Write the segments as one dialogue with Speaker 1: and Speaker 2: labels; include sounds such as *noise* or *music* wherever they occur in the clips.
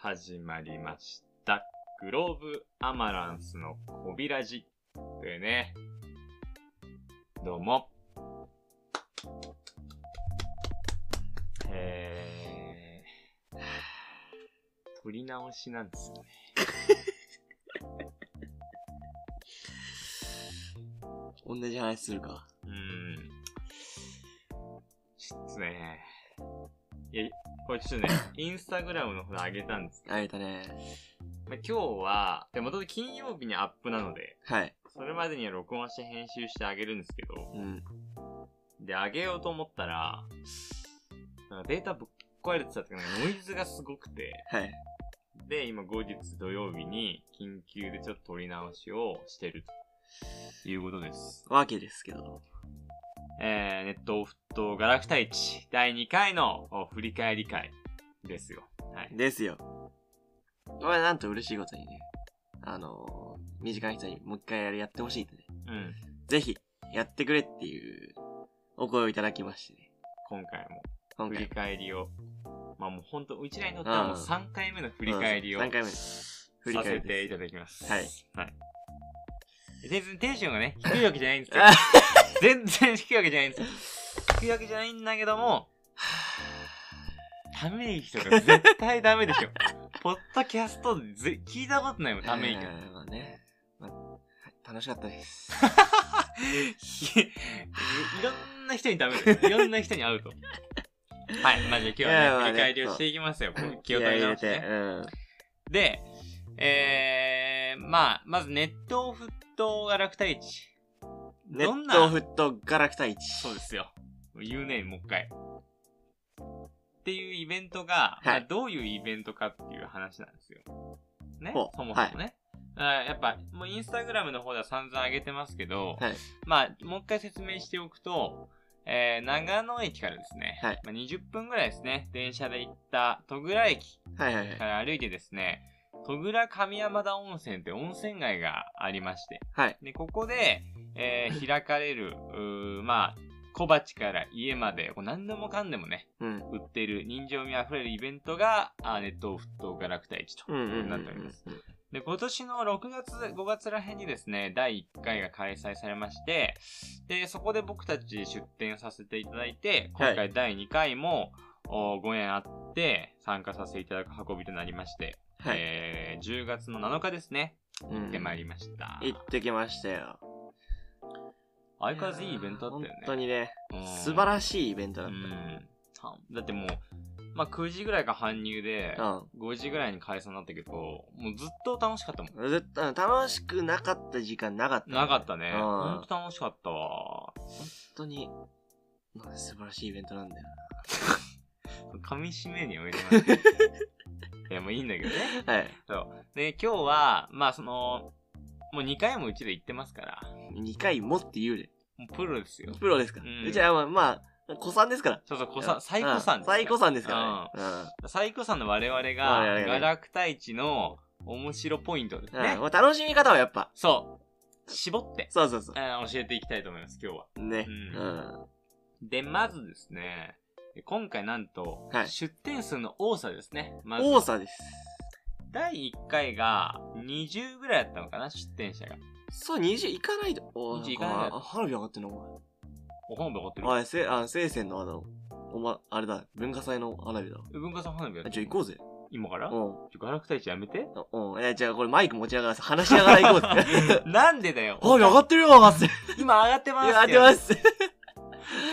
Speaker 1: 始まりました。グローブアマランスのコビラジというね。どうも。えー、はぁ撮り直しなんですよね。
Speaker 2: *laughs* 同じ話するか。
Speaker 1: うーん。ちょっとね。いや、これちょっとね、インスタグラムの方で上げたんですけど、
Speaker 2: あれだね。
Speaker 1: まあ、今日は、でもともと金曜日にアップなので、
Speaker 2: はい。
Speaker 1: それまでには録音して編集してあげるんですけど、
Speaker 2: うん。
Speaker 1: で、あげようと思ったら、なんかデータぶっ壊れてたっていうか、なんかノイズがすごくて、
Speaker 2: はい。
Speaker 1: で、今後日土曜日に緊急でちょっと撮り直しをしてるということです。
Speaker 2: わけですけど。
Speaker 1: えー、ネットオフとガラクタ市第2回のお振り返り会ですよ。はい。
Speaker 2: ですよ。これなんと嬉しいことにね。あのー、短い人にもう一回あれやってほしいってね。
Speaker 1: うん。
Speaker 2: ぜひ、やってくれっていう、お声をいただきましてね。
Speaker 1: 今回も
Speaker 2: 今
Speaker 1: 振り
Speaker 2: 回。
Speaker 1: 返りを。まあもうほんと、うちらにとってはもう
Speaker 2: うん
Speaker 1: 3回目の振り返りを。
Speaker 2: 3回目。振り
Speaker 1: さ
Speaker 2: 返
Speaker 1: せ
Speaker 2: り
Speaker 1: て
Speaker 2: で
Speaker 1: い
Speaker 2: す。
Speaker 1: ただきます。
Speaker 2: はい。
Speaker 1: はい。全然テンションが
Speaker 2: *laughs*
Speaker 1: ね、低いわけじゃないんですよ。全然低いわけじゃないんですよ。低いわけじゃないんだけども、ため息とか絶対ダメでし
Speaker 2: *laughs*
Speaker 1: ょ。ポッドキャストでぜ聞いたことないもん、ため息
Speaker 2: え。ーまあね。まあはい楽しかったです。
Speaker 1: ひいろんな人にダメだよ。いろんな人に会うと。はい。まあじゃあ今日
Speaker 2: いやま
Speaker 1: はね、
Speaker 2: あね
Speaker 1: 振り返りをしていきますよ。 *laughs* 気を
Speaker 2: 気
Speaker 1: 取り直
Speaker 2: 合い
Speaker 1: し
Speaker 2: 入
Speaker 1: て
Speaker 2: れ
Speaker 1: ね
Speaker 2: て。。うん。
Speaker 1: で、えー、まあ、まずネット沸騰が落体値。
Speaker 2: ネ
Speaker 1: どん
Speaker 2: ッ
Speaker 1: な
Speaker 2: トフットガラクタ市。
Speaker 1: そうですよ。言うね、もう一回。っていうイベントが、ま
Speaker 2: は
Speaker 1: あ、
Speaker 2: い
Speaker 1: どういうイベントかっていう話なんですよ。ね
Speaker 2: ほう
Speaker 1: そもそもね。あやっぱ、もうインスタグラムの方では散々上げてますけど、
Speaker 2: はい
Speaker 1: まあ、もう一回説明しておくと、えー、長野駅からですね、
Speaker 2: はい
Speaker 1: まあ、20分ぐらいですね、電車で行った戸倉駅
Speaker 2: はいはいはい
Speaker 1: か。ら歩いてですね、戸倉上山田温泉って温泉街がありまして、
Speaker 2: はい。
Speaker 1: で、ここで、えー開かれる、うーまあ、小鉢から家まで、こう何でもかんでもね、
Speaker 2: うん。
Speaker 1: 売っている人情味あふれるイベントが、あーネット沸騰ガラクタ市と
Speaker 2: うんうんうんうん
Speaker 1: なっております。で、今年の6月、5月らへんにですね、第1回が開催されまして、で、そこで僕たち出展させていただいて、今
Speaker 2: は
Speaker 1: 回第2回も、おご縁あって参加させていただく運びとなりまして、
Speaker 2: はい。
Speaker 1: えー10月の7日ですね、行ってまいりました。
Speaker 2: 行ってきましたよ。
Speaker 1: 相変わらずいいイベントだったよね
Speaker 2: 本。当にね、
Speaker 1: うん
Speaker 2: 素晴らしいイベントだっ
Speaker 1: うんただってもう、まあ、9時ぐらいが搬入で
Speaker 2: た。、
Speaker 1: 5時ぐらいに解散になったけど、もうずっと楽しかったもん。
Speaker 2: うん。ずっとうん楽しくなかった時間なかった。
Speaker 1: なかっ
Speaker 2: 本
Speaker 1: たね。
Speaker 2: うん
Speaker 1: ほんと楽しかったわ。
Speaker 2: 当に、まあ素晴らしいイベントなんだよ
Speaker 1: 噛み締めにおいてますいや、もういいんだけどね。
Speaker 2: な。はい。
Speaker 1: で、今日は、まあ、その、もう2回もうちで行ってますから、
Speaker 2: 2回もって言うで。
Speaker 1: もうプロですよ。
Speaker 2: プロですか
Speaker 1: うん
Speaker 2: うちはまあ、まあ、子さんですから。
Speaker 1: そうそう、子さん、最古さんで
Speaker 2: う
Speaker 1: すから
Speaker 2: 最古さんですからね。
Speaker 1: 最古さんの我々が、
Speaker 2: 我々が
Speaker 1: ガ
Speaker 2: ね
Speaker 1: ラクタ市の面白ポイントです
Speaker 2: うんうん
Speaker 1: ね。
Speaker 2: もう楽しみ方はやっぱ、
Speaker 1: そう。絞って、
Speaker 2: そうそうそ
Speaker 1: あー教えていきたいと思います、今日は。
Speaker 2: う。ね。
Speaker 1: う
Speaker 2: うんん。
Speaker 1: で、まずですね、今回なんと、
Speaker 2: はい
Speaker 1: 出店数の多さですね。まず、
Speaker 2: 多さです。
Speaker 1: 第1回が20ぐらいだったのかな、出店者が。
Speaker 2: そう、20行かないと。お
Speaker 1: 20行かないと
Speaker 2: あ花火上がってんのお
Speaker 1: お本部怒ってる。
Speaker 2: 前。あ、せ、あ、聖戦のあの、おま、あれだ、文化祭の花火だ。
Speaker 1: 文化さん花火やっ
Speaker 2: あ
Speaker 1: て
Speaker 2: じゃあ行こうぜ。
Speaker 1: 今からちょ、
Speaker 2: う
Speaker 1: ガラクタイチやめて。
Speaker 2: ん。うん。え、じゃあこれマイク持ちながらさ話しながら行こう
Speaker 1: *laughs*
Speaker 2: ぜ。
Speaker 1: なんでだよ。
Speaker 2: 花火上がってるよ、上がってる。
Speaker 1: 今上がってます。
Speaker 2: 上がってますす。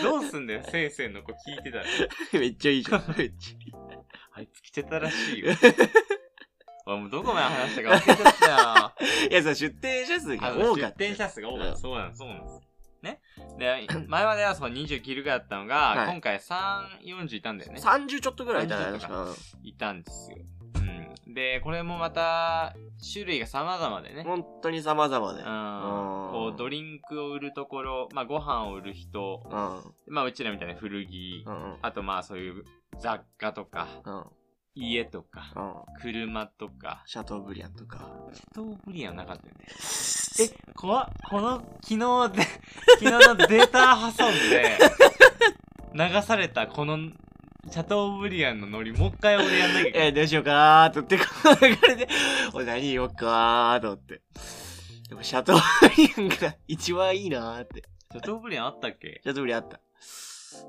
Speaker 1: どうすんだよ、せいせいの子聞いてたら。
Speaker 2: めっちゃいいじゃん。めっち
Speaker 1: あいつ来てたらしいよ。俺もうどこまで話したか忘れちゃったよ。
Speaker 2: *laughs* ゃいい。いや、さ、出店者数
Speaker 1: あ
Speaker 2: が
Speaker 1: の
Speaker 2: 多か
Speaker 1: 出
Speaker 2: った。
Speaker 1: 店者数が多かっ
Speaker 2: う
Speaker 1: た。
Speaker 2: ん
Speaker 1: そうなんです、そうなんです。ね。で、前まではその20切るぐらいだったのが、
Speaker 2: はい
Speaker 1: 今回3、40いたんだよね。
Speaker 2: 30ちょっとぐらいいたね
Speaker 1: 30と
Speaker 2: 確
Speaker 1: か
Speaker 2: か。
Speaker 1: いたんですよ。うん。で、これもまた、種類が様々でね。
Speaker 2: 本当に様々
Speaker 1: う
Speaker 2: で。
Speaker 1: ん。
Speaker 2: うん
Speaker 1: こう、ドリンクを売るところ、まあ、ご飯を売る人、
Speaker 2: うん。
Speaker 1: まあ、うちらみたいな古着
Speaker 2: う、ん。うん。
Speaker 1: あとまあ、そういう雑貨とか、
Speaker 2: うん。
Speaker 1: 家とか、
Speaker 2: うん。
Speaker 1: 車とか、
Speaker 2: シャトーブリアンとか。
Speaker 1: シャトーブリアンなかったよね。え、こ、この、昨日で、 *laughs* 昨日のデータ破損で、流されたこのシャトーブリアンのノリ、もう一回俺やんなきゃいけな
Speaker 2: え
Speaker 1: い。
Speaker 2: ー、どうしようかーとって、この流れで、俺何言おうかーと思って。でも、シャトーブリアンが一番いいなーって。
Speaker 1: シャトーブリアンあったっけ
Speaker 2: シャトーブリアンあった。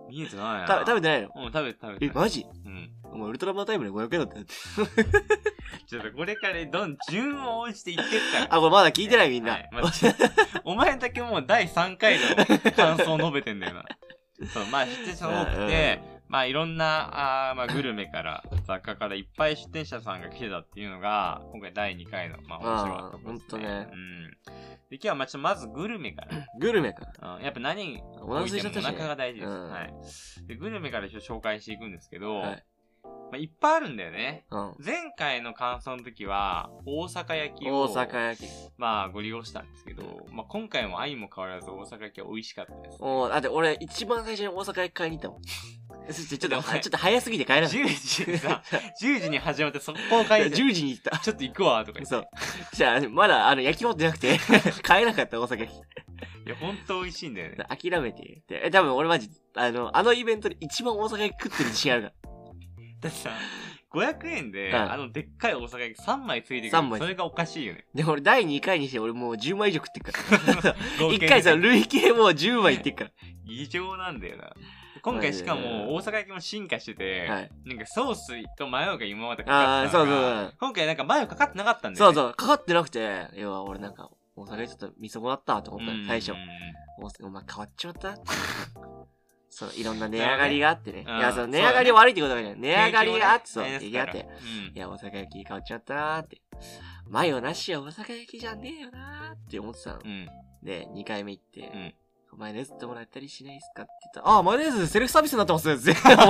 Speaker 1: 見えてないな。
Speaker 2: た食べてないの
Speaker 1: うん、食べて食べ
Speaker 2: え、
Speaker 1: て。
Speaker 2: マジ
Speaker 1: うん。
Speaker 2: お前、ウルトラマンタイムで500円だったよって。
Speaker 1: ちょっとこれからどん、順を応じていってっから。
Speaker 2: あ、これまだ聞いてないみんな。
Speaker 1: はいまあ *laughs* お前だけもう第3回の感想を述べてんだよ
Speaker 2: *laughs*
Speaker 1: な。そう、まあ出店者多くて、まあいろんな、あーまあグルメから、雑貨からいっぱい出店者さんが来てたっていうのが、今回第2回の、まあ面白かったことですね。
Speaker 2: あーほんとね
Speaker 1: うん。で、今日はまあちょっとまずグルメから。
Speaker 2: うんグルメか。
Speaker 1: うん、やっぱ何
Speaker 2: お腹
Speaker 1: 置い
Speaker 2: 空い
Speaker 1: て
Speaker 2: ちゃ
Speaker 1: もお
Speaker 2: ったし、ね。
Speaker 1: 腹が大事です。
Speaker 2: うん
Speaker 1: はい。で、グルメから一応紹介していくんですけど、
Speaker 2: は
Speaker 1: い、
Speaker 2: い
Speaker 1: まあいっぱいあるんだよね。
Speaker 2: うん。
Speaker 1: 前回の感想の時は、大阪焼きを、
Speaker 2: 大阪焼き。
Speaker 1: まあ、ご利用したんですけど、まあ、今回も愛も変わらず大阪焼きは美味しかったです。
Speaker 2: おー、だって俺、一番最初に大阪焼き買いに行ったもん。えそしてちょっ
Speaker 1: で
Speaker 2: と、
Speaker 1: お前
Speaker 2: ちょっと早すぎて帰らない。
Speaker 1: 10時に
Speaker 2: *laughs*
Speaker 1: さ、10時に始まって速攻帰って、
Speaker 2: 10時に行った。
Speaker 1: ちょっと行くわ、とか言って。
Speaker 2: そう。じゃあ、まだ、あの、焼き終わってなくて、買えなかった大阪焼き。
Speaker 1: いや、ほんと美味しいんだよね。
Speaker 2: 諦めて。でえ、多分俺マジ、あの、あのイベントで一番大阪焼き食ってる自信あるか
Speaker 1: だってさ、500円で、
Speaker 2: うん
Speaker 1: あの、でっかい大阪焼き3枚ついてく
Speaker 2: 三枚
Speaker 1: る。それがおかしいよね。
Speaker 2: ら。で、俺第2回にして俺もう10枚以上食ってるから。
Speaker 1: 合計
Speaker 2: 1
Speaker 1: で
Speaker 2: 回さ、累計もう10枚いってるか
Speaker 1: 異常なんだよな。今回しかも大阪焼きも進化してて、
Speaker 2: ら。はい。
Speaker 1: なんかソースとマヨが今までかかっ
Speaker 2: ああ、
Speaker 1: てた
Speaker 2: そ
Speaker 1: の
Speaker 2: うそう
Speaker 1: が
Speaker 2: そう。
Speaker 1: 今回なんかマヨかかってなかったんだよ
Speaker 2: そう
Speaker 1: ね。う
Speaker 2: そう、かかってなくて、要は俺なんか、大阪焼きちょっと見損なったと思った
Speaker 1: ん
Speaker 2: の、最初。大阪お前変わっちまったそう、いろんな値上がりがあってね。い
Speaker 1: うん
Speaker 2: や、そ
Speaker 1: そ
Speaker 2: の
Speaker 1: う
Speaker 2: 値上がり悪いってことがね。値上がりがあって、そう、
Speaker 1: 景気
Speaker 2: 値
Speaker 1: をね
Speaker 2: 上がって。
Speaker 1: うん
Speaker 2: いや、大阪焼き変わっちまったなーって。マヨなしは大阪焼きじゃねえよなーって思ってたの。
Speaker 1: うん。
Speaker 2: で、2回目行って、
Speaker 1: うん
Speaker 2: マヨネーズってもらったりしないですかって言ったら、あ、マヨネーズセルフサービスになってますぜ *laughs* お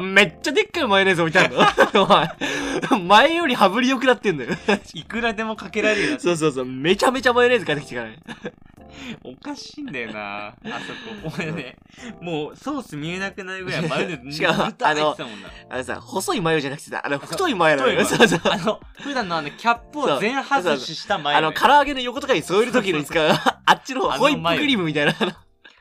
Speaker 2: 前、めっちゃでっかいマヨネーズ置いてあるの *laughs* お前、前より羽振り良くなってんだよ。
Speaker 1: いくらでもかけられるようになって
Speaker 2: そうそうそう、めちゃめちゃマヨネーズ買ってきてからね。
Speaker 1: おかしいんだよな、あそこ。俺ね、もうソース見えなくなるぐらいマヨネー *laughs* ズ
Speaker 2: しかも
Speaker 1: ずっと入ってたもんな。
Speaker 2: あのさ、細いマヨじゃなくてさ、あの、太いマヨなのよ。
Speaker 1: 太
Speaker 2: そ
Speaker 1: いう
Speaker 2: そう。
Speaker 1: あの、普段のあのキャップを全外ししたマ
Speaker 2: あ
Speaker 1: ヨネ
Speaker 2: の、
Speaker 1: ーズ
Speaker 2: 唐揚げの横とかに添えるときに使う、 *laughs* あっちのホイップクリームみたいな。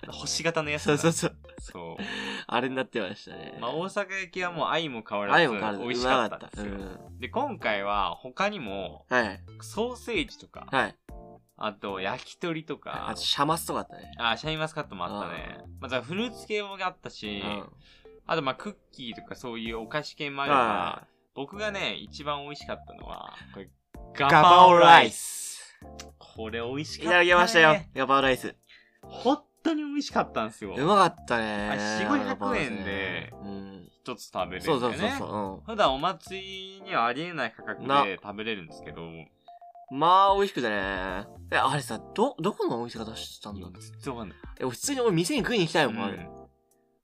Speaker 1: 星型のやつだ
Speaker 2: そうそうそう。
Speaker 1: そう。
Speaker 2: あれになってましたね。
Speaker 1: まあ、大阪焼きはもう愛も変わ
Speaker 2: あれも
Speaker 1: らず美味し
Speaker 2: う
Speaker 1: か
Speaker 2: ま
Speaker 1: っ
Speaker 2: か
Speaker 1: た
Speaker 2: っ
Speaker 1: んで
Speaker 2: た。う
Speaker 1: すよ。
Speaker 2: ん。
Speaker 1: で、今回は他にも
Speaker 2: はい。
Speaker 1: ソーセージとか、
Speaker 2: はい。
Speaker 1: あと焼き鳥と
Speaker 2: あ
Speaker 1: か
Speaker 2: と、、シャマスとかあったね。
Speaker 1: あ、シャインマスカットもあったね。まあ、だからフルーツ系もあったし、
Speaker 2: う
Speaker 1: あとまあクッキーとかそういうお菓子系もあ
Speaker 2: ん。
Speaker 1: れば、
Speaker 2: あ
Speaker 1: 僕がね、一番美味しかったのは、これ
Speaker 2: ー
Speaker 1: ガ
Speaker 2: ガパオライ
Speaker 1: ス。
Speaker 2: ス。
Speaker 1: これ美味し
Speaker 2: い
Speaker 1: かったた、ね。
Speaker 2: だきましたよ。ガパオライス。
Speaker 1: 本当に美味しかったんですよ。
Speaker 2: うまかったね。
Speaker 1: あれ400 500円で
Speaker 2: うん。
Speaker 1: 一つ食べれるんだ
Speaker 2: そ
Speaker 1: よ
Speaker 2: う
Speaker 1: ね。
Speaker 2: そうそうそ
Speaker 1: 普段お祭りにはありえない価格
Speaker 2: な
Speaker 1: で食べれるんですけど、
Speaker 2: う。うん。まあ、美味しくてね。えあれさ、ど、どこのお店が出してたん
Speaker 1: いや
Speaker 2: だっけ
Speaker 1: 全然わかんない。
Speaker 2: え、俺普通に俺店に食いに行きたいもん、あれ。
Speaker 1: うん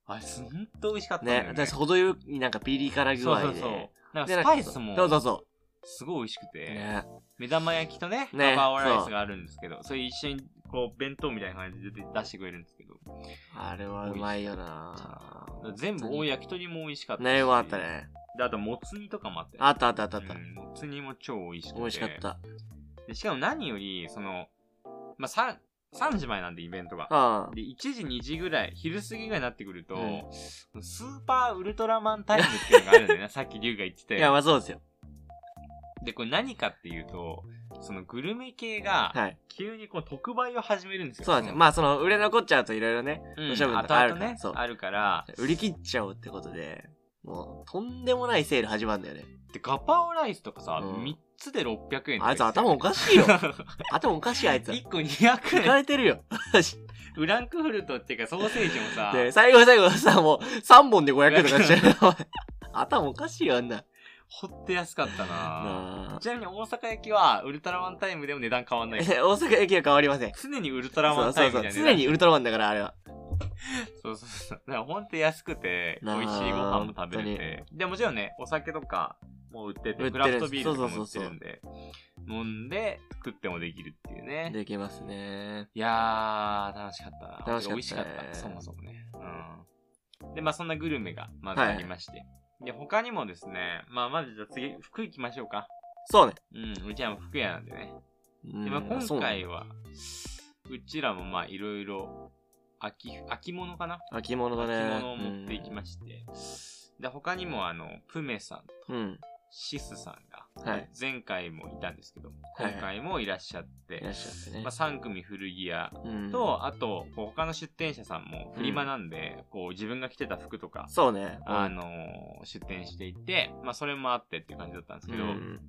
Speaker 1: あれ、すんと美味しかったんだよ
Speaker 2: ね
Speaker 1: ね。、
Speaker 2: だから程よいなんかピリ辛具
Speaker 1: そう
Speaker 2: 合
Speaker 1: そ
Speaker 2: で。
Speaker 1: うそう。なんか
Speaker 2: で
Speaker 1: スパイスも
Speaker 2: そうそうそ
Speaker 1: すごい美味しく
Speaker 2: う。
Speaker 1: て、
Speaker 2: ね、
Speaker 1: 目玉焼きとね、
Speaker 2: ね
Speaker 1: ガパオライスがあるんですけど、それ一緒にこう弁当みたいな感じで出してくれるんですけど、
Speaker 2: あれはうまいよな
Speaker 1: 全部お焼き鳥も美味しかったし
Speaker 2: ねよかったね。
Speaker 1: であともつ煮とかもあったよ
Speaker 2: あったあったあったあった。
Speaker 1: うんもつ煮も超美味しくて
Speaker 2: 美味しかった。
Speaker 1: でしかも何よりその、まあ、3, 3時前なんでイベントが
Speaker 2: あ
Speaker 1: で1時2時ぐらい昼過ぎぐらいになってくると、
Speaker 2: う
Speaker 1: スーパーウルトラマンタイムっていうのがあるんだよ
Speaker 2: *laughs*
Speaker 1: ねさっき龍が言ってた
Speaker 2: あ。いや、
Speaker 1: よ
Speaker 2: まあそうですよ。
Speaker 1: でこれ何かっていうとそのグルメ系が
Speaker 2: はい。
Speaker 1: 急にこう特売を始めるんですよ、
Speaker 2: そうなんですよ。まあその、売れ残っちゃうといろいろね、
Speaker 1: うん
Speaker 2: おしゃべりと
Speaker 1: 後
Speaker 2: かある
Speaker 1: 々
Speaker 2: から
Speaker 1: ね
Speaker 2: そう
Speaker 1: あるから
Speaker 2: 売り切っちゃおうってことで、もう、とんでもないセール始まるんだよね。
Speaker 1: でガパオライスとかさ、
Speaker 2: うん
Speaker 1: 3つで600円とか
Speaker 2: あいつ頭おかしいよ。
Speaker 1: *laughs*
Speaker 2: 頭おかしいあいつ。
Speaker 1: 1
Speaker 2: い
Speaker 1: 個200円
Speaker 2: かれてるよ。
Speaker 1: フランクフルトっていうかソーセージもさ、
Speaker 2: で、最後の最後さ、もう、3本で500円とかしちゃ
Speaker 1: *laughs*
Speaker 2: うよ。お前頭おかしいよ、あんな。
Speaker 1: ほって安かったな
Speaker 2: なあ
Speaker 1: ちなみに大阪焼きはウルトラマンタイムでも値段変わんない。
Speaker 2: 大阪駅は変わりません。
Speaker 1: 常にウルトラマンタイムみたいな値
Speaker 2: 常
Speaker 1: 段。
Speaker 2: にウルトラマンだからあれは
Speaker 1: そうそうそう。だからほんと安くて、美
Speaker 2: なあ
Speaker 1: 味しいご飯も食べれて。で、もちろんね、お酒とかもう売って
Speaker 2: 売ってる
Speaker 1: て、クラフトビールとか
Speaker 2: そ
Speaker 1: も
Speaker 2: う
Speaker 1: 売って
Speaker 2: そうそうそう
Speaker 1: るんで、飲んで食ってもできるっていうね。
Speaker 2: できますね
Speaker 1: いやー、楽しかったな。
Speaker 2: 楽しかったね
Speaker 1: 美味しかった、そもそもね。うん。で、まあそんなグルメがまずありまして。で、他にもですね、まあまずじゃあ次、服行きましょうか。
Speaker 2: そうね
Speaker 1: うん、うちらも服屋なんでね。
Speaker 2: うん
Speaker 1: で、まあ、
Speaker 2: そ
Speaker 1: 今
Speaker 2: うね
Speaker 1: 回は、うちらもまあいろいろ、秋、秋物かな
Speaker 2: 秋物だ
Speaker 1: 秋
Speaker 2: ね
Speaker 1: 物を持っていきまして、で、他にもあの、プメさんと
Speaker 2: うん。
Speaker 1: シスさんが、
Speaker 2: はい。
Speaker 1: 前回もいたんですけど、
Speaker 2: はい
Speaker 1: 今回もいらっしゃって、
Speaker 2: いらっしゃってね。
Speaker 1: まあ、3組古着屋
Speaker 2: うん、
Speaker 1: と、あと、こう他の出店者さんもフリマなんで、こう自分が着てた服とか、
Speaker 2: そうね。
Speaker 1: あのー出店していて、まあ、それもあってっていう感じだったんです
Speaker 2: う
Speaker 1: けど、
Speaker 2: ん。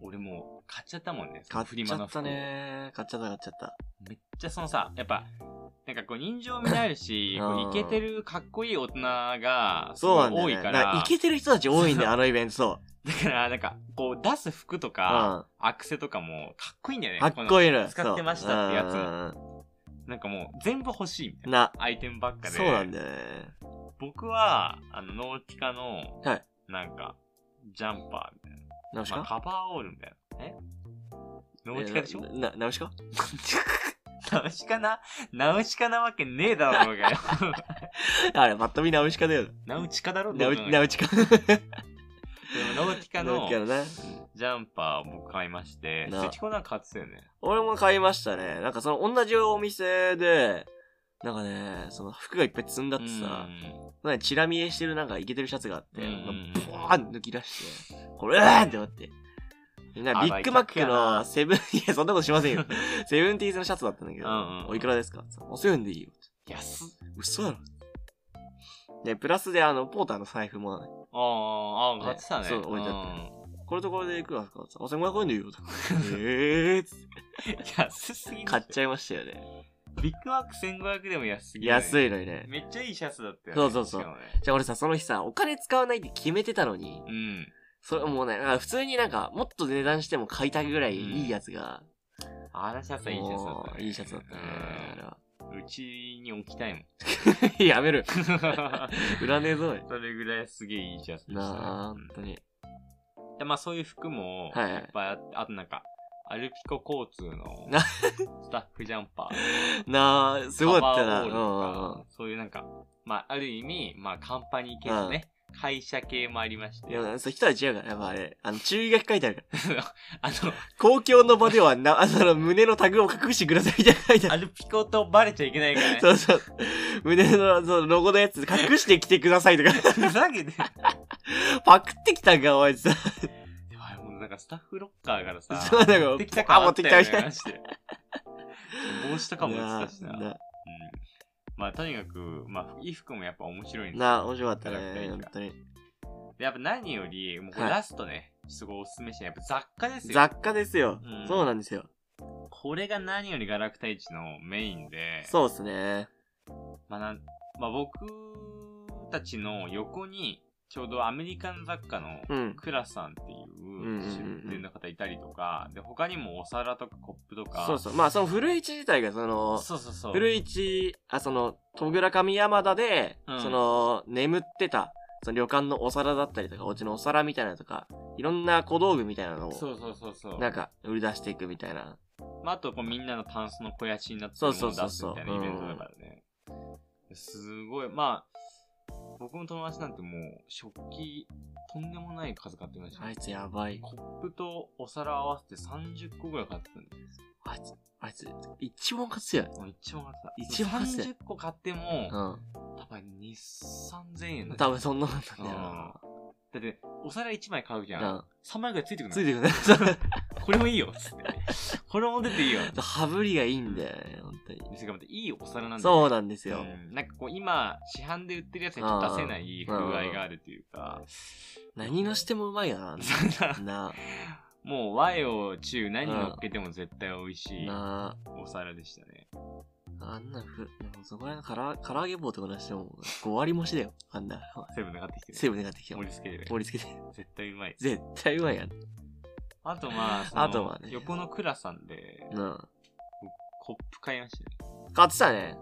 Speaker 1: 俺もう買っちゃったもんね。
Speaker 2: 買っ
Speaker 1: フリ
Speaker 2: ち
Speaker 1: マ
Speaker 2: ゃ
Speaker 1: の
Speaker 2: っ
Speaker 1: 服
Speaker 2: た。ね。買っちゃった買っちゃった。
Speaker 1: めっちゃそのさ、やっぱ、なんかこう人情味あるし、
Speaker 2: うん
Speaker 1: こうイケてるかっこいい大人が、す
Speaker 2: そう
Speaker 1: ご
Speaker 2: ないんだよ、
Speaker 1: 多
Speaker 2: ね。
Speaker 1: いか
Speaker 2: だ
Speaker 1: ら、
Speaker 2: イケてる人たち多いんだよ、あのイベント。そう。
Speaker 1: だからなんか、こう出す服と
Speaker 2: うん。
Speaker 1: か、
Speaker 2: か
Speaker 1: アクセとかもかっこいいんだよね。
Speaker 2: っこいいのよ。
Speaker 1: 使ってましたってやつ
Speaker 2: そううん
Speaker 1: のなんかもう全部欲しいみたいな。
Speaker 2: な。
Speaker 1: アイテムばっかで。
Speaker 2: そうなんだよね。
Speaker 1: 僕は、あの、ノーティカの、
Speaker 2: はい
Speaker 1: なんか、ジャンパーみたい
Speaker 2: ナウシ
Speaker 1: な。まあ、カ
Speaker 2: カ
Speaker 1: バーオールみたいな。えノーティカでしょ
Speaker 2: えな、なナウシカ
Speaker 1: ナウシカな、ナウシカなわけねえだろう
Speaker 2: *laughs*
Speaker 1: がよ。
Speaker 2: *laughs* あれ、ぱっと見ナウシカだよ。
Speaker 1: ナウチカだろ
Speaker 2: ナ
Speaker 1: どう
Speaker 2: ウ
Speaker 1: 考えても
Speaker 2: ナウチカ。
Speaker 1: でもナウチカ
Speaker 2: ナウ
Speaker 1: の
Speaker 2: チカだな。
Speaker 1: ジャンパーを僕買いまして、
Speaker 2: な
Speaker 1: セチコなんか買ってたよね。
Speaker 2: 俺も買いましたね。なんかその同じお店で、なんかね、その服がいっぱい積んだってさ、なんかチラ見えしてるなんかイケてるシャツがあって、
Speaker 1: うん
Speaker 2: なんかポワーン抜き出して、これうわーって思って。なんかビッグマック
Speaker 1: あら
Speaker 2: のセブン、いや、そんなことしませ
Speaker 1: *laughs*
Speaker 2: んよ。セブンティーズのシャツだったんだけど、
Speaker 1: うんうん
Speaker 2: おいくらですかおセブンでいいよ。
Speaker 1: 安っ。
Speaker 2: 嘘やろ。で、プラスであの、ポーターの財布も、ね、
Speaker 1: あーあー、買ってたね。
Speaker 2: そう置いてあこれとこれでいくらですかお1500円でいいよ。
Speaker 1: *laughs*
Speaker 2: えーっつって
Speaker 1: うん *laughs* 安すぎる
Speaker 2: 買っちゃいましたよね。
Speaker 1: ビッグマック1500でも安すぎるよね、
Speaker 2: 安いのにね。
Speaker 1: めっちゃいいシャツだったよね。
Speaker 2: そうそうそう
Speaker 1: しかもね
Speaker 2: じゃあ俺さ、その日さ、お金使わないって決めてたのに、
Speaker 1: うん。
Speaker 2: それもうね、なんか普通になんか、もっと値段しても買いたいぐらいいいやつが、
Speaker 1: あのシャツはいいシャツだっ
Speaker 2: も
Speaker 1: た、
Speaker 2: う
Speaker 1: ね。
Speaker 2: いいシャツだったね。あれ
Speaker 1: う
Speaker 2: は
Speaker 1: んうちに置きたいも
Speaker 2: *laughs*
Speaker 1: ん。
Speaker 2: やめる。売らねえぞ、おい。
Speaker 1: それぐらいすげえいいシャツでした、ね。
Speaker 2: なあ、
Speaker 1: う
Speaker 2: 本
Speaker 1: ん
Speaker 2: 当に。
Speaker 1: で、まあそういう服も、
Speaker 2: はい
Speaker 1: いっぱいあって、あとなんか、アルピコ交通の
Speaker 2: *laughs* な
Speaker 1: スタッフジャンパー、
Speaker 2: なあ、すごかっ
Speaker 1: カ
Speaker 2: た
Speaker 1: バ
Speaker 2: な。
Speaker 1: ーオー
Speaker 2: うん
Speaker 1: ル
Speaker 2: うんう
Speaker 1: とか、そういうなんか、まあある意味、まあカンパニー系のね、会社系 *laughs* もありまして
Speaker 2: ん。い、や、そう、人は違うから、やっぱあれ、あの、注意書き書いてあるから。
Speaker 1: あの、
Speaker 2: 公共の場では、な、あ *laughs* の、胸のタグを隠してくださいみたいなの書いてあ
Speaker 1: ア
Speaker 2: る。
Speaker 1: ルピコとバレちゃいけないからね。
Speaker 2: そうそう。胸の、その、ロゴのやつ隠してきてくださいとか、 *laughs*
Speaker 1: ふざけて。で
Speaker 2: パクってきたんか、おいさ。
Speaker 1: もあれもうなんかスタッフロッカーからさ、
Speaker 2: そう、なんか、
Speaker 1: 持ってきた
Speaker 2: あ、
Speaker 1: か
Speaker 2: 持ってきたみ
Speaker 1: み
Speaker 2: た
Speaker 1: た
Speaker 2: い
Speaker 1: い
Speaker 2: な
Speaker 1: な。。帽子とかも売ってたしな。うん
Speaker 2: な、
Speaker 1: まあとにかく、まあ、衣服もやっぱ面白いんですよ
Speaker 2: な、面白かっ
Speaker 1: キ
Speaker 2: た
Speaker 1: ャラクター
Speaker 2: ね、
Speaker 1: いい
Speaker 2: 本
Speaker 1: から
Speaker 2: 当に。
Speaker 1: でやっぱ何より、もうこれ
Speaker 2: はい
Speaker 1: ラストね、すごいおすすめしたいやっぱ雑貨ですよ。
Speaker 2: 雑貨ですよ
Speaker 1: うん。
Speaker 2: そうなんですよ。
Speaker 1: これが何よりガラクタ市のメインで、
Speaker 2: そうですね。
Speaker 1: まあなんまあ、僕たちの横に、ちょうどアメリカン雑貨の
Speaker 2: うん。
Speaker 1: クラさんってい
Speaker 2: んうんうん
Speaker 1: う出店の方いたりとか、で、他にもお皿とかコップとか、
Speaker 2: そうそう。まあ、その古市自体が、その、
Speaker 1: そうそうそう。
Speaker 2: 古市、あ、その、戸倉上山田で、
Speaker 1: うん
Speaker 2: その、眠ってた、その旅館のお皿だったりとか、お家のお皿みたいなのとか、いろんな小道具みたいなの
Speaker 1: そ
Speaker 2: を、
Speaker 1: うそうそうそう。
Speaker 2: なんか、売り出していくみたいな。
Speaker 1: まあ、あとこうみんなのタンスの肥やしになって
Speaker 2: そ
Speaker 1: る
Speaker 2: う
Speaker 1: もの
Speaker 2: そ
Speaker 1: を出
Speaker 2: うそう
Speaker 1: す
Speaker 2: そう
Speaker 1: みたいなイベントだからね。すごい。まあ、僕の友達なんてもう食器とんでもない数買ってました
Speaker 2: あ
Speaker 1: ね
Speaker 2: い。つやばい。
Speaker 1: コップとお皿合わせて30個ぐらい買ってたんですよ。
Speaker 2: あいつ、あいつ、一番勝つやん。
Speaker 1: もう一番買って
Speaker 2: 一
Speaker 1: た。
Speaker 2: 番安い
Speaker 1: 30個買っても、
Speaker 2: う
Speaker 1: 多分2、3000円だ
Speaker 2: ん。多分そんなもんなんだよ
Speaker 1: だって、お皿1枚買うじゃん。
Speaker 2: な。
Speaker 1: 3枚ぐらいついてくる
Speaker 2: うん。
Speaker 1: の
Speaker 2: ついてくるね。そう
Speaker 1: *laughs* これもいいよ、つって。これも出ていいよ。
Speaker 2: *laughs* 羽振りがいいんだよね、本当に。
Speaker 1: 店がまたいいお皿なんだよね
Speaker 2: そうなんですよ。
Speaker 1: うんなんかこう今、市販で売ってるやつにちょっと出せない風合いがあるというか、
Speaker 2: 何のしてもうまい
Speaker 1: *laughs*
Speaker 2: よな。な
Speaker 1: もう和洋中何乗っけても絶対美味
Speaker 2: あ、
Speaker 1: しい
Speaker 2: な
Speaker 1: お皿でしたね。
Speaker 2: あ、あんなふ、もうそこら辺の唐揚唐揚げ棒とか出しても5割もしだよ。あんな。
Speaker 1: セブンで買ってきてね。
Speaker 2: セーブ願ってきて
Speaker 1: 盛り付けてね。
Speaker 2: 盛り付けて。
Speaker 1: 絶対うまい。
Speaker 2: 絶対うまいやん。
Speaker 1: あとまあ、その
Speaker 2: あとはね
Speaker 1: 横の倉さんで
Speaker 2: な
Speaker 1: コップ買いましたね。
Speaker 2: あ。買ってたね。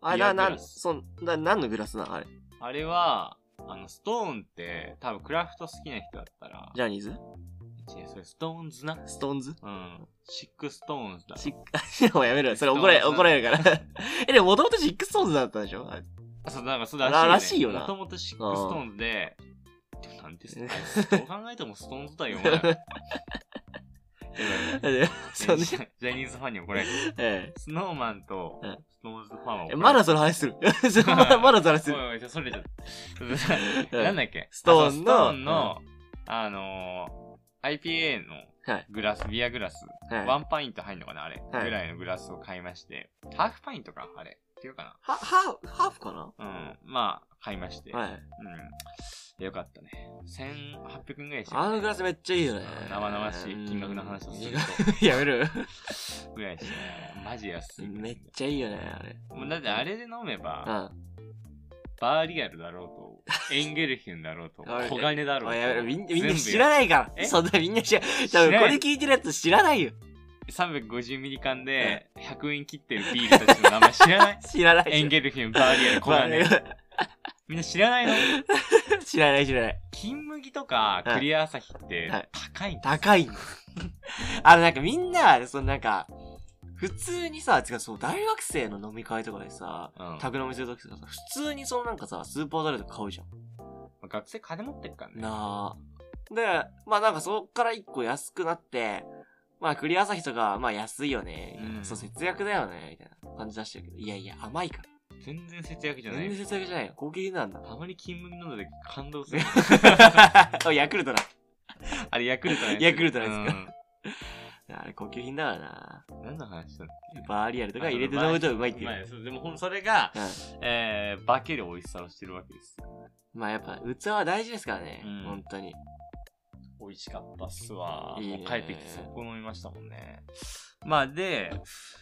Speaker 2: あれ、
Speaker 1: ビア
Speaker 2: な、
Speaker 1: グ
Speaker 2: な
Speaker 1: ラ、ス
Speaker 2: そん、な、何のグラスなあれ。
Speaker 1: あれは、あの、ストーンって多分クラフト好きな人だったら、
Speaker 2: ジャニーズ
Speaker 1: 違うそれストーンズな。
Speaker 2: ストーンズ
Speaker 1: うん。シックストーンズだ。
Speaker 2: シック、もうやめろよ。それ怒られ、
Speaker 1: ストーンズ
Speaker 2: 怒られるから。 *laughs* え、でももともとシックストーンズだったでしょあれ
Speaker 1: あそう、なんかそうだ
Speaker 2: ら
Speaker 1: ら
Speaker 2: ら
Speaker 1: し
Speaker 2: し
Speaker 1: い
Speaker 2: い
Speaker 1: よ
Speaker 2: よ
Speaker 1: ね。も
Speaker 2: な
Speaker 1: ともとシックストーンズ
Speaker 2: *laughs*
Speaker 1: で、でもなんですね。どう考えてもストーンズだよ、お前。
Speaker 2: えそうね
Speaker 1: ジ。ャニーズファンにもこれ、
Speaker 2: え
Speaker 1: スノーマンと
Speaker 2: うん、
Speaker 1: スノーズファンはこ
Speaker 2: え。
Speaker 1: れ。
Speaker 2: まだその話する。 *laughs* まだまだその話す
Speaker 1: おい
Speaker 2: る。
Speaker 1: おい、それじゃ、なんだっけ
Speaker 2: ストーンの
Speaker 1: あそうストーンの、あのー、IPA の
Speaker 2: はい
Speaker 1: グラス、ビアグラス、
Speaker 2: はい
Speaker 1: ワンパイント入んのかな、あれ。
Speaker 2: はい
Speaker 1: ぐらいのグラスを買いまして、ハーフパイントか、あれ。っていうか
Speaker 2: は、ハーフ、ハーフかな
Speaker 1: な。うん。まあ、買いまして。
Speaker 2: はい。
Speaker 1: うん。よかったね。1800円ぐらいして、
Speaker 2: あのグラスめっちゃいいよね。
Speaker 1: 生々しい金額の話をする
Speaker 2: と。 *laughs* やめる。
Speaker 1: ぐらいして、ね、マジ安い。
Speaker 2: めっちゃいいよね、あれ。
Speaker 1: もうだってあれで飲めば、
Speaker 2: う
Speaker 1: バーリアルだろう
Speaker 2: *laughs*
Speaker 1: と、エンゲルヒュンだろうと
Speaker 2: あ、れ
Speaker 1: 小金だろう
Speaker 2: ん。あ
Speaker 1: と。
Speaker 2: やめろ、みんみんな知
Speaker 1: ない
Speaker 2: らないか
Speaker 1: え
Speaker 2: ら。そんなみんな知らない。
Speaker 1: 知
Speaker 2: 多
Speaker 1: ら
Speaker 2: 分
Speaker 1: ない
Speaker 2: これ聞いてるやつ知らないよ。
Speaker 1: 350ミリ缶で100円切ってるビールたちの名前知らない
Speaker 2: *laughs* 知らないでしょ。
Speaker 1: エンゲルヒュン、バーリアル、コガネ。みんな知らないの
Speaker 2: まあ *laughs* 知らない知らない。
Speaker 1: 金麦とかクリアアサヒって
Speaker 2: はい
Speaker 1: 高いんだ。
Speaker 2: 高いんだ *laughs* あの、なんかみんな、そのなんか、普通にさ、違う、そう、大学生の飲み会とかでさ、
Speaker 1: うん
Speaker 2: 宅飲みするときとかさ、普通にそのなんかさ、スーパードライとか買うじゃん。
Speaker 1: まあ学生金持ってるからね。
Speaker 2: なあ。で、まあなんかそこから一個安くなって、まあクリア朝日とか、まあ安いよね、みたいな
Speaker 1: うん
Speaker 2: そう、節約だよね、みたいな感じ出してるけど、いやいや、甘いから。
Speaker 1: 全然節約じゃな
Speaker 2: 全然
Speaker 1: い。
Speaker 2: 節約じゃないよ。高級な
Speaker 1: *laughs*
Speaker 2: んだ。
Speaker 1: たまに金麦飲んだ時感動
Speaker 2: *laughs*
Speaker 1: する。
Speaker 2: おヤクルトだ。
Speaker 1: あれヤクルトのやつ
Speaker 2: ヤクルトのやつ
Speaker 1: や
Speaker 2: あれ高級品だからな。
Speaker 1: つ何の話だ
Speaker 2: バーリアルとか入れて飲むとうまいっていう。
Speaker 1: まいそうでもほんそれが、
Speaker 2: うん
Speaker 1: えー、化ける美味しさをしてるわけですよ。
Speaker 2: まあやっぱ器は大事ですからね、
Speaker 1: うん
Speaker 2: 本当に。
Speaker 1: 美味しかったっすわ。
Speaker 2: いいね
Speaker 1: もう帰ってきて速攻飲みましたもんね。まあで、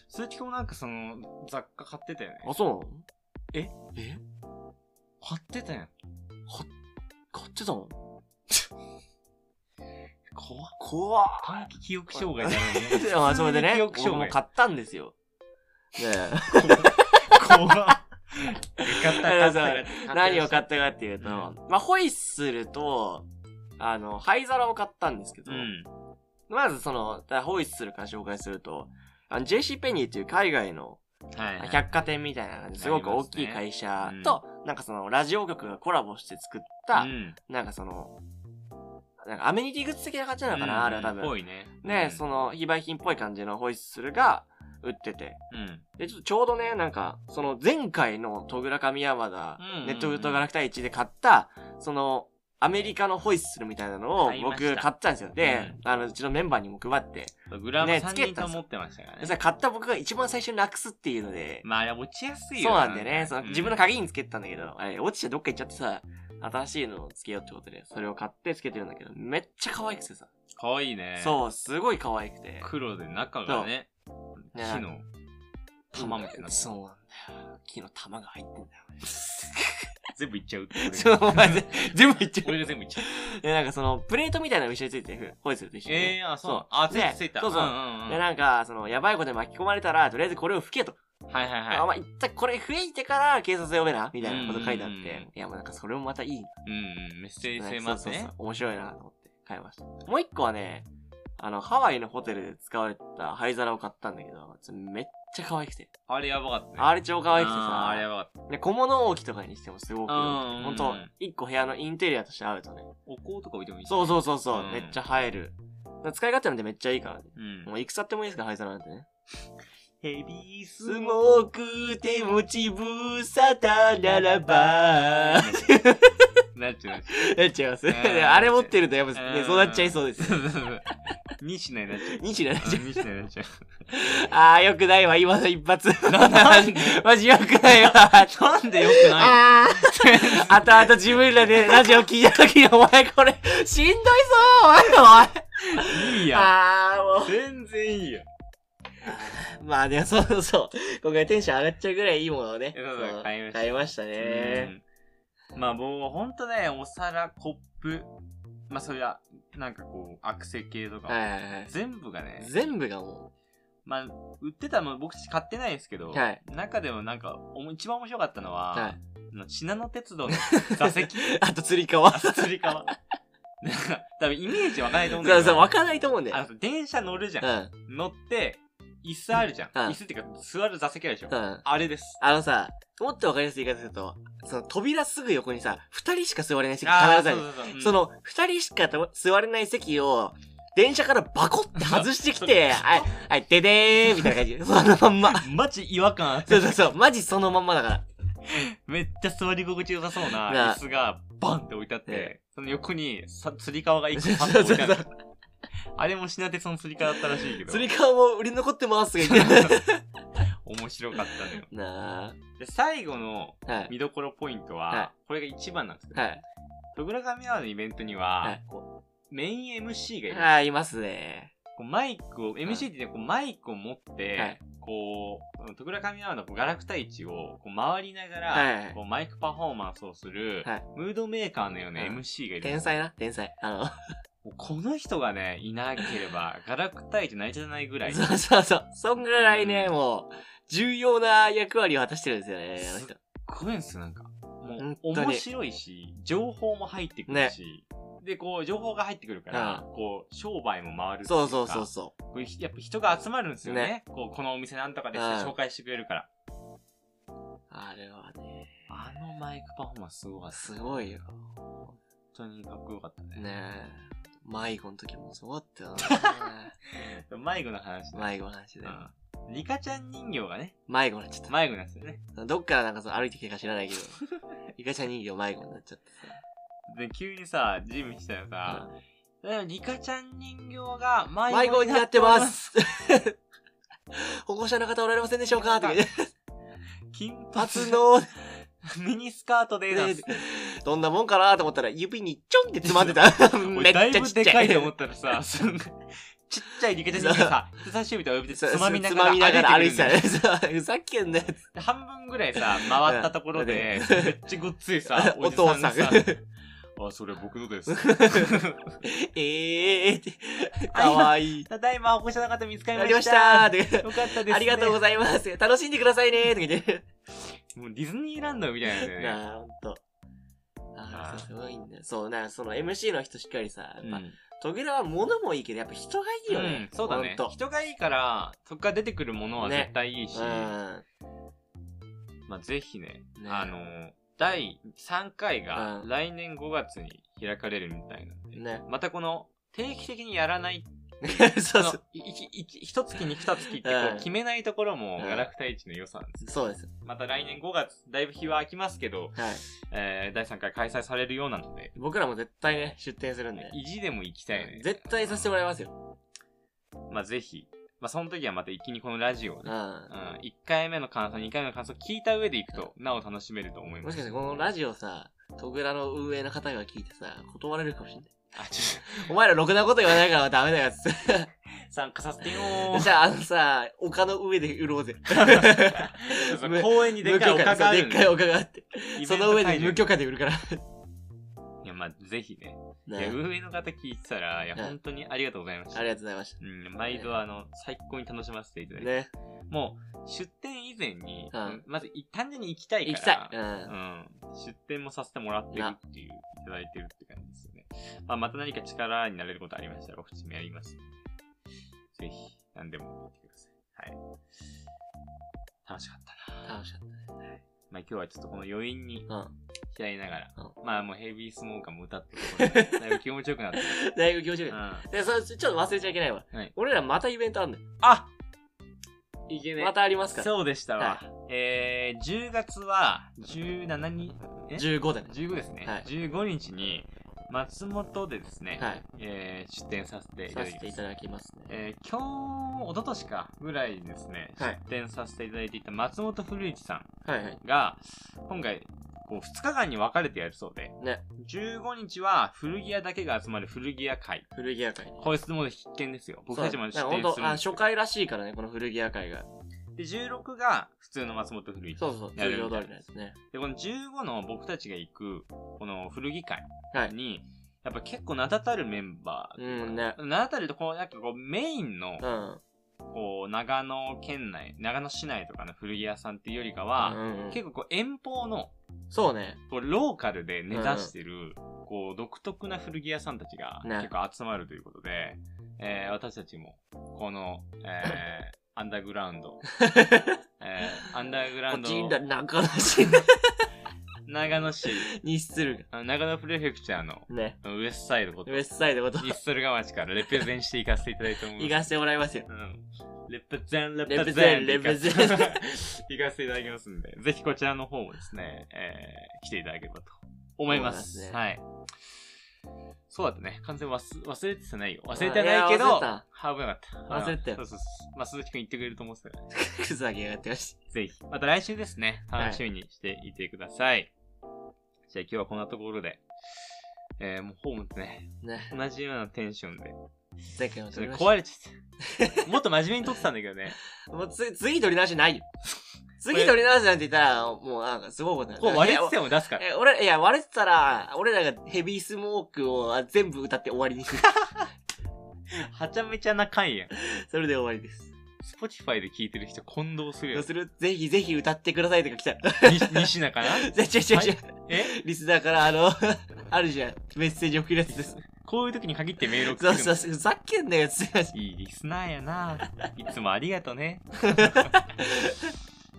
Speaker 1: 鈴木君もなんかその雑貨買ってたよね。
Speaker 2: あ、そうなの
Speaker 1: え
Speaker 2: え
Speaker 1: 買ってたやん。
Speaker 2: 買ってたの
Speaker 1: 怖っ。
Speaker 2: 怖っ。
Speaker 1: 短期記憶障害だよね。
Speaker 2: *laughs* まあそれでね、
Speaker 1: 記憶
Speaker 2: 僕
Speaker 1: 障
Speaker 2: も
Speaker 1: 害。
Speaker 2: 買ったんですよ。ねえ。
Speaker 1: 怖っ。買った買った買った買った
Speaker 2: 何を買ったかっていうと、
Speaker 1: うん
Speaker 2: まあ、ホイッスルと、あの、灰皿を買ったんですけど、
Speaker 1: うん。
Speaker 2: まずその、だホイッスルから紹介すると、あの JC ペニーっていう海外の
Speaker 1: はいはい。
Speaker 2: 百貨店みたいな感じですごく大きい会社
Speaker 1: ありますね
Speaker 2: と、なんかそのラジオ局がコラボして作っ
Speaker 1: う
Speaker 2: た、
Speaker 1: ん
Speaker 2: なんかその、なんかアメニティグッズ的な感じなのかな、あれは多
Speaker 1: うんぽ
Speaker 2: 分。
Speaker 1: いね。
Speaker 2: ね、
Speaker 1: の。
Speaker 2: その非売品っぽい感じのホイッスルが売ってて、
Speaker 1: うん。
Speaker 2: で、ちょっとちょうどね、なんか、その前回の戸倉上山田
Speaker 1: うんうんうん、
Speaker 2: ネットフットガラクタ1で買った、その、アメリカのホイッスルみたいなのを
Speaker 1: 買いました
Speaker 2: 僕買ったんですよ。で、あの、うちのメンバーにも配って。
Speaker 1: グラム
Speaker 2: ね
Speaker 1: 3
Speaker 2: つけ
Speaker 1: 人
Speaker 2: た
Speaker 1: と
Speaker 2: んす
Speaker 1: も持ってましたから
Speaker 2: で、それ
Speaker 1: ね。
Speaker 2: 買った僕が一番最初になくすっていうので、
Speaker 1: まああれ落ちやすい
Speaker 2: そ
Speaker 1: よ
Speaker 2: うなんでね、その
Speaker 1: うん
Speaker 2: 自分の鍵につけてたんだけど、あれ、落ちてどっか行っちゃってさ、新しいのをつけようってことで、それを買ってつけてるんだけど、めっちゃ可愛くてさ。
Speaker 1: かわいいね。う。
Speaker 2: そう、すごい可愛くて。
Speaker 1: 黒で中がね、木
Speaker 2: ね
Speaker 1: の玉みたいになって
Speaker 2: そうなんだよ。木の玉が入ってんだよね。 *laughs*
Speaker 1: 全部いっちゃうって俺が。
Speaker 2: そう、お前ぜ全部言っちゃう
Speaker 1: 俺が全部いっちゃ
Speaker 2: *laughs*
Speaker 1: う。
Speaker 2: で、なんかその、プレートみたいなの一緒についてる、ホイッスルと一緒に。
Speaker 1: ええー、あ、そ
Speaker 2: そうう。
Speaker 1: あ、ついた
Speaker 2: ね
Speaker 1: ついた。
Speaker 2: そうそうん
Speaker 1: んん
Speaker 2: で、なんか、その、やばいことに巻き込まれたら、とりあえずこれを吹けと。
Speaker 1: はいはい
Speaker 2: あ、
Speaker 1: は
Speaker 2: まあ、一旦これ吹いてから警察呼べな、みたいなこと書いてあっ
Speaker 1: うんうんうん
Speaker 2: て。いや、もうなんかそれもまたいいな。
Speaker 1: い。うんうん、メッセージ性もあって
Speaker 2: そう
Speaker 1: ね
Speaker 2: そう。そう面白いなと思って買いました。もう一個はね、あの、ハワイのホテルで使われた灰皿を買ったんだけど、めっちゃ可愛くて。
Speaker 1: あれやばかったね。
Speaker 2: あれ超可愛くて
Speaker 1: あーあれや
Speaker 2: さ、
Speaker 1: ばかった。
Speaker 2: で小物置きとかにしてもすごく、
Speaker 1: うんうんうん
Speaker 2: ほんと、一個部屋のインテリアとして合うとね。
Speaker 1: お香とか置いてもいいし
Speaker 2: そうそうそうそう、
Speaker 1: うん
Speaker 2: めっちゃ映える。使い勝手なんてめっちゃいいからね。
Speaker 1: うん
Speaker 2: も。う戦ってもいいですか、灰皿なんてね。
Speaker 1: ヘビース
Speaker 2: ス
Speaker 1: モー
Speaker 2: モーク手持ちぶさたならば。 *laughs*
Speaker 1: クなっちゃう。
Speaker 2: なっちゃいます。
Speaker 1: うん
Speaker 2: *laughs* あれ持ってるとやっぱ、ね、
Speaker 1: ん
Speaker 2: そうなっちゃいそうです。
Speaker 1: にしないなっ
Speaker 2: *laughs*
Speaker 1: ちゃう。
Speaker 2: にしなっちゃ
Speaker 1: にしないなっちゃう。
Speaker 2: う。あー、よくないわ、今の一発。
Speaker 1: なんで
Speaker 2: *laughs* マジよくないわ。
Speaker 1: なんでよくない
Speaker 2: あー *laughs* あとあと自分らでラジオ聞いた時にお前これしんどいぞお前お前
Speaker 1: のいいやん。
Speaker 2: あーも
Speaker 1: 全然いいよ。
Speaker 2: うまあでもそうそうそう今回テンション上がっちゃうぐらいいいものをね
Speaker 1: そうそう
Speaker 2: そう
Speaker 1: 買いました
Speaker 2: 買いましたね
Speaker 1: うんまあ僕はほんとね、お皿、コップ、まあそりゃ、なんかこう、アクセ系とか、
Speaker 2: はいはいはい
Speaker 1: 全部がね、
Speaker 2: 全部がも
Speaker 1: まあ、売ってたもん僕買ってないんですけど、
Speaker 2: はい
Speaker 1: 中でもなんか、おも一番面白かったのは、
Speaker 2: う、はい、
Speaker 1: あの信濃鉄道の座席
Speaker 2: *laughs* あと釣り *laughs* 革
Speaker 1: あそつり革。なんか多分イメージわかんないと思うんだ
Speaker 2: そう
Speaker 1: け
Speaker 2: そう、
Speaker 1: ど、
Speaker 2: わかんないと思うんだ
Speaker 1: あ
Speaker 2: よ。
Speaker 1: の電車乗るじゃ。
Speaker 2: うんん。
Speaker 1: 乗って、椅子あるじゃん。
Speaker 2: うん
Speaker 1: 椅子っていうか、座る座席あるでしょ。
Speaker 2: うん。
Speaker 1: あれです。
Speaker 2: あのさ、もっとわかりやすい言い方すると、その扉すぐ横にさ、二人しか座れない席必ず
Speaker 1: あ
Speaker 2: あ
Speaker 1: ー
Speaker 2: る。
Speaker 1: そうそうそううん
Speaker 2: その、二人しかと座れない席を、電車からバコって外してき *laughs* て、はい、はい、ででーみたいな感じ。そ *laughs* のまんま。
Speaker 1: *laughs* マジ違和感あって
Speaker 2: そうそうそう、マジそのまんまだ *laughs* から。
Speaker 1: めっちゃ座り心地良さそうな
Speaker 2: な
Speaker 1: 椅子がバンって置いてあって、
Speaker 2: ね
Speaker 1: その横にさつり革が一個パ
Speaker 2: そう
Speaker 1: ッと
Speaker 2: そう
Speaker 1: 置いて
Speaker 2: そ
Speaker 1: あ
Speaker 2: う
Speaker 1: る。あれも品鉄のつり革だったらしいけど。
Speaker 2: 釣り革も売り残ってますとか言 *laughs* って。
Speaker 1: *laughs* 面白かったのよ。
Speaker 2: な
Speaker 1: で最後の
Speaker 2: あ。はい。
Speaker 1: 見どころポイントは、
Speaker 2: は
Speaker 1: これが一番なんですけど、
Speaker 2: はい。
Speaker 1: 戸倉上アワーのイベントには、
Speaker 2: はい
Speaker 1: こうメイン MC がいる。
Speaker 2: あー、いますね。
Speaker 1: こうマイクを、MC ってねこうマイクを持って、
Speaker 2: はい
Speaker 1: こう、徳倉上アのこうガラクタ市をこう回りながら、
Speaker 2: はい
Speaker 1: こうマイクパフォーマンスをする、
Speaker 2: はい
Speaker 1: ムードメーカーのような
Speaker 2: うん
Speaker 1: MC がいる。
Speaker 2: 天才な、天才。あ
Speaker 1: もうこの人がね、いなけれ
Speaker 2: *laughs*
Speaker 1: ば、ガラクタ市成り立たないぐら
Speaker 2: の、
Speaker 1: い。
Speaker 2: そうそうそう。そんぐらいね、
Speaker 1: うん
Speaker 2: もう、重要な役割を果たしてるんですよね、あの人。
Speaker 1: ごめんっすよ、なんか。も
Speaker 2: 本
Speaker 1: う、
Speaker 2: 当に
Speaker 1: 面白いし、情報も入ってくるし、で、こう、情報が入ってくるから、こう、商売も回るっていか
Speaker 2: そうそうそうそ
Speaker 1: こうやっぱ人が集まるんですよね。
Speaker 2: ね
Speaker 1: こう、このお店なんとかです
Speaker 2: うん
Speaker 1: って紹介してくれるから。
Speaker 2: う。あれはね、
Speaker 1: あのマイクパフォーマンスすごかった。
Speaker 2: すごいよ。
Speaker 1: 本当にかっこよかったね。
Speaker 2: ねえ。迷子の時もそうだったよな。
Speaker 1: 迷子の *laughs* 話ね。
Speaker 2: 迷子の話で。
Speaker 1: うん。リカちゃん人形がね、
Speaker 2: 迷子になっちゃっ
Speaker 1: 迷子なんですよね。
Speaker 2: た。どっからなんかその歩いてきたか知らない
Speaker 1: *laughs*
Speaker 2: けど、イカちゃん人形迷子になっちゃって
Speaker 1: で、急にさ、ジムしたら
Speaker 2: さ
Speaker 1: さ、。だからリカちゃん人形が迷
Speaker 2: 迷
Speaker 1: 子
Speaker 2: 子
Speaker 1: に
Speaker 2: に
Speaker 1: な
Speaker 2: な
Speaker 1: っ
Speaker 2: ってて
Speaker 1: ま。
Speaker 2: ますす *laughs* 保護者の方おられませんでしょうかと
Speaker 1: *laughs*
Speaker 2: か言って、
Speaker 1: 金
Speaker 2: 初
Speaker 1: 髪の
Speaker 2: の、
Speaker 1: ミニスカートでなんす。
Speaker 2: どんなもんかなと思ったら、指にちょんって詰ま
Speaker 1: *laughs*
Speaker 2: ってた。め
Speaker 1: 俺
Speaker 2: っち
Speaker 1: だ
Speaker 2: ゃ
Speaker 1: い
Speaker 2: ち
Speaker 1: ぶ
Speaker 2: っ
Speaker 1: で
Speaker 2: ち
Speaker 1: か
Speaker 2: ゃ
Speaker 1: い
Speaker 2: い。
Speaker 1: と思ったらさ、すんごいちっちゃいリカちゃん人形さ、人差し指と親指で
Speaker 2: *laughs* そう
Speaker 1: つまみな
Speaker 2: つ
Speaker 1: がら
Speaker 2: ま
Speaker 1: 歩い
Speaker 2: み
Speaker 1: て
Speaker 2: な
Speaker 1: くる
Speaker 2: がら歩い
Speaker 1: ん
Speaker 2: て
Speaker 1: だ
Speaker 2: た
Speaker 1: よ
Speaker 2: ね。 *laughs* そうふざけんなよ。
Speaker 1: で半分ぐらいさ、回ったところで、
Speaker 2: うん
Speaker 1: めっちゃごっついさ、
Speaker 2: *laughs* お
Speaker 1: じ
Speaker 2: 父さん
Speaker 1: が
Speaker 2: が。
Speaker 1: あ、それ僕のです。
Speaker 2: *laughs* ええーって、かわいい。
Speaker 1: ただいまお越しの方見つかり
Speaker 2: や
Speaker 1: ま
Speaker 2: りま
Speaker 1: し。
Speaker 2: したたーって。
Speaker 1: よかったです、ね。
Speaker 2: ありがとうございます。楽しんでくださいねーとか言って。
Speaker 1: もうディズニーランドみたいなんだよね。
Speaker 2: *laughs* なあ、ほんと。ああ、すごいんだよ。そう、なその MC の人しっかりさ、やっぱ、トゲラは物もいいけど、やっぱ人がいいよ
Speaker 1: う
Speaker 2: ね
Speaker 1: ん。そうだね
Speaker 2: ほんと。
Speaker 1: 人がいいからそっから出てくるものは絶対いいし、
Speaker 2: うん。
Speaker 1: まあ、ぜひね
Speaker 2: ね
Speaker 1: あの第3回が
Speaker 2: うん
Speaker 1: 来年5月に開かれるみたいなんで、 *laughs*
Speaker 2: ね。
Speaker 1: またこの定期的にやらない
Speaker 2: そ
Speaker 1: そう
Speaker 2: そ
Speaker 1: の
Speaker 2: う。
Speaker 1: いいい一月に二月ってこ
Speaker 2: *laughs* う
Speaker 1: うん決めないところも
Speaker 2: うん
Speaker 1: ガラクタ市の良さなんです、
Speaker 2: そうです。
Speaker 1: また来年5月だいぶ日は空きますけど、
Speaker 2: はい。
Speaker 1: えー第3回開催されるようなので
Speaker 2: 僕らも絶対ね、出店するんで。
Speaker 1: 意地でも行きたいね
Speaker 2: 絶対させてもらいますよ。
Speaker 1: まあぜひ、まあその時はまた一気にこのラジオを
Speaker 2: う
Speaker 1: ね、
Speaker 2: ん
Speaker 1: うん、。1回目の感想、2回目の感想聞いた上でいくと、なお楽しめると思いま
Speaker 2: もし
Speaker 1: す。
Speaker 2: かしてこのラジオさ、トグラの運営の方が聞いてさ、断られるかもしれない。
Speaker 1: あ、ちょ
Speaker 2: お前らろくなこと言わないからダメだよっつって。
Speaker 1: っと、参加させてよ
Speaker 2: *laughs* じゃあ、あのさ、丘の上で売ろうぜ。
Speaker 1: ー。そう公園にでっかい
Speaker 2: 無許
Speaker 1: 丘
Speaker 2: 可
Speaker 1: があ
Speaker 2: で
Speaker 1: る
Speaker 2: でっかい丘があって。その上で無
Speaker 1: 許
Speaker 2: 許可で売るから。
Speaker 1: いや、まあぜひね。い
Speaker 2: ね
Speaker 1: や、運営の方聞いてたら、いや、
Speaker 2: うん
Speaker 1: 本当にありがとうございました。
Speaker 2: ありがとうございまし
Speaker 1: うん、毎度あの、最高に楽しませていた
Speaker 2: た。
Speaker 1: だいて。
Speaker 2: ね。
Speaker 1: もう、出店以前に、
Speaker 2: うん
Speaker 1: まずい、単純に行きたいから。
Speaker 2: 行きたい。うん。
Speaker 1: うん、出店もさせてもらってるっていう、いただいてるって感じですよね。まあ、また何か力になれることありましたら、お口目やります。ぜひ、何でも言ってください。はい。楽しかったな。
Speaker 2: 楽しかっ
Speaker 1: まあ、今日はちょっとこの余韻に
Speaker 2: た。うん。
Speaker 1: 浸りながら、
Speaker 2: う
Speaker 1: まあ、もうヘビースモーカーも歌ってるところで、だいぶ気持ちよくなってき
Speaker 2: だいぶ気持ちよ
Speaker 1: た。う
Speaker 2: かっ
Speaker 1: ん。
Speaker 2: たで、それちょっと忘れちゃいけないわ。
Speaker 1: はい
Speaker 2: 俺らまたイベントあるんだよ。
Speaker 1: あいけね。
Speaker 2: またありますから。
Speaker 1: そうでしたわ。えー、10月は17日、え
Speaker 2: 15だね。
Speaker 1: 15ですね。
Speaker 2: はい
Speaker 1: 15日に、松本でですね、
Speaker 2: はい。
Speaker 1: えー出展させていた
Speaker 2: さ
Speaker 1: だき
Speaker 2: せて
Speaker 1: ま
Speaker 2: い
Speaker 1: す。
Speaker 2: ただきますね。
Speaker 1: えー、今日、一昨年かぐらいにですね、
Speaker 2: はい
Speaker 1: 出展させていただいていた松本古市さん
Speaker 2: はいはい。
Speaker 1: が、今回、こう2日間に分かれてやるそうで、
Speaker 2: ね。
Speaker 1: 15日は古着屋だけが集まる古着屋会。
Speaker 2: 古着屋会ね。
Speaker 1: こいつも必見ですよ。僕たちも出
Speaker 2: そうだ
Speaker 1: 展
Speaker 2: ねなん
Speaker 1: す
Speaker 2: か
Speaker 1: るん
Speaker 2: 本当あ
Speaker 1: です
Speaker 2: 初
Speaker 1: よ。
Speaker 2: 回らしいからね、この古着屋会が。
Speaker 1: で、16が普通の松本古市。
Speaker 2: そうそう、
Speaker 1: や
Speaker 2: 通
Speaker 1: る
Speaker 2: 常
Speaker 1: み
Speaker 2: 通
Speaker 1: たい
Speaker 2: りのやつね。
Speaker 1: で、この15の僕たちが行く、この古着会
Speaker 2: はい。
Speaker 1: に、やっぱ結構名だたるメンバーというか、
Speaker 2: うんね
Speaker 1: 名だたると、こう、なんかこう、メインの
Speaker 2: う、ん。
Speaker 1: こう、長野県内、長野市内とかの古着屋さんっていうよりかは、
Speaker 2: うんうん
Speaker 1: 結構こう、遠方の、
Speaker 2: そうね。
Speaker 1: こう、ローカルで根ざしてる、こう、独特な古着屋さんたちが
Speaker 2: ね
Speaker 1: 結構集まるということで、えー私たちも、この、えー
Speaker 2: *laughs*
Speaker 1: アンダーグラウンド、えーアンダーグラウ
Speaker 2: こ
Speaker 1: ン
Speaker 2: っ
Speaker 1: ド、
Speaker 2: ちいいんだ、なんか話。
Speaker 1: 長野市、
Speaker 2: にする
Speaker 1: あの長野プレフェクチャーの *laughs*
Speaker 2: ね。
Speaker 1: ウエストサイドこと
Speaker 2: ウ、エストサイドこと、
Speaker 1: ニッソル川町からレペゼンしていかせていただいて思い
Speaker 2: 行
Speaker 1: ま
Speaker 2: か
Speaker 1: す。
Speaker 2: せてもらいますよ。
Speaker 1: うんレペゼン、レ
Speaker 2: レ
Speaker 1: ペ
Speaker 2: ペ
Speaker 1: ゼ
Speaker 2: ゼ
Speaker 1: ン、
Speaker 2: ン
Speaker 1: *laughs* 行
Speaker 2: レペゼン
Speaker 1: かせ行かせていただきますんで、ぜひこちらの方もですね、えー来ていただければと思います。
Speaker 2: そうですね
Speaker 1: はい。そうだったね。完全忘忘れてたないよ。忘れてはないけ
Speaker 2: いや忘
Speaker 1: ど、
Speaker 2: れた
Speaker 1: 危なかった。
Speaker 2: 忘れてたよ
Speaker 1: そうそうそう。まあ、鈴木くん言ってくれると思うんですけどね。
Speaker 2: クズ上げやがってまし。
Speaker 1: ぜひ。また来週ですね。
Speaker 2: はい
Speaker 1: 楽しみにしていてください。じゃあ今日はこんなところで、えーもうホームってね、
Speaker 2: ね。
Speaker 1: 同じようなテンションで、
Speaker 2: 前回も
Speaker 1: ち
Speaker 2: 撮
Speaker 1: ょっと
Speaker 2: りまし
Speaker 1: 壊れちゃった。もっと真面目に撮ってたんだけど
Speaker 2: *laughs*
Speaker 1: ね。
Speaker 2: た。もうつ次撮り直しな
Speaker 1: *laughs*
Speaker 2: いよ。次撮り直しなんて言ったら、もうなんかすごいことになる
Speaker 1: こう割れてても出すから。
Speaker 2: え、俺、いや、割れてたら、俺らがヘビースモークをあ全部歌って終わりにする。
Speaker 1: *laughs* はちゃめちゃな回やん。
Speaker 2: それで終わりです。
Speaker 1: Spotify で聴いてる人混同する
Speaker 2: ど
Speaker 1: よ
Speaker 2: う。するぜひぜひ歌ってくださいとか来たら。
Speaker 1: に西野かな
Speaker 2: *laughs* じゃ、ちょちょちょ、
Speaker 1: え
Speaker 2: リスナーからあの、 *laughs* あるじゃん。メッセージ送るやつです。
Speaker 1: こういう時に限ってメールを送
Speaker 2: そう
Speaker 1: ってくる
Speaker 2: そう、
Speaker 1: の
Speaker 2: ふざけんなよ、つまし。
Speaker 1: いいリスナーやないつもありがと
Speaker 2: *laughs*
Speaker 1: ね。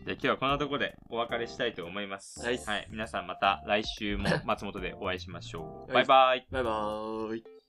Speaker 1: じゃあ今日はこんなところでお別れしたいと思います。
Speaker 2: はい
Speaker 1: 皆さんまた来週も松本でお会いしましょう。
Speaker 2: は
Speaker 1: バ
Speaker 2: い
Speaker 1: イバイ。
Speaker 2: バイバーイ。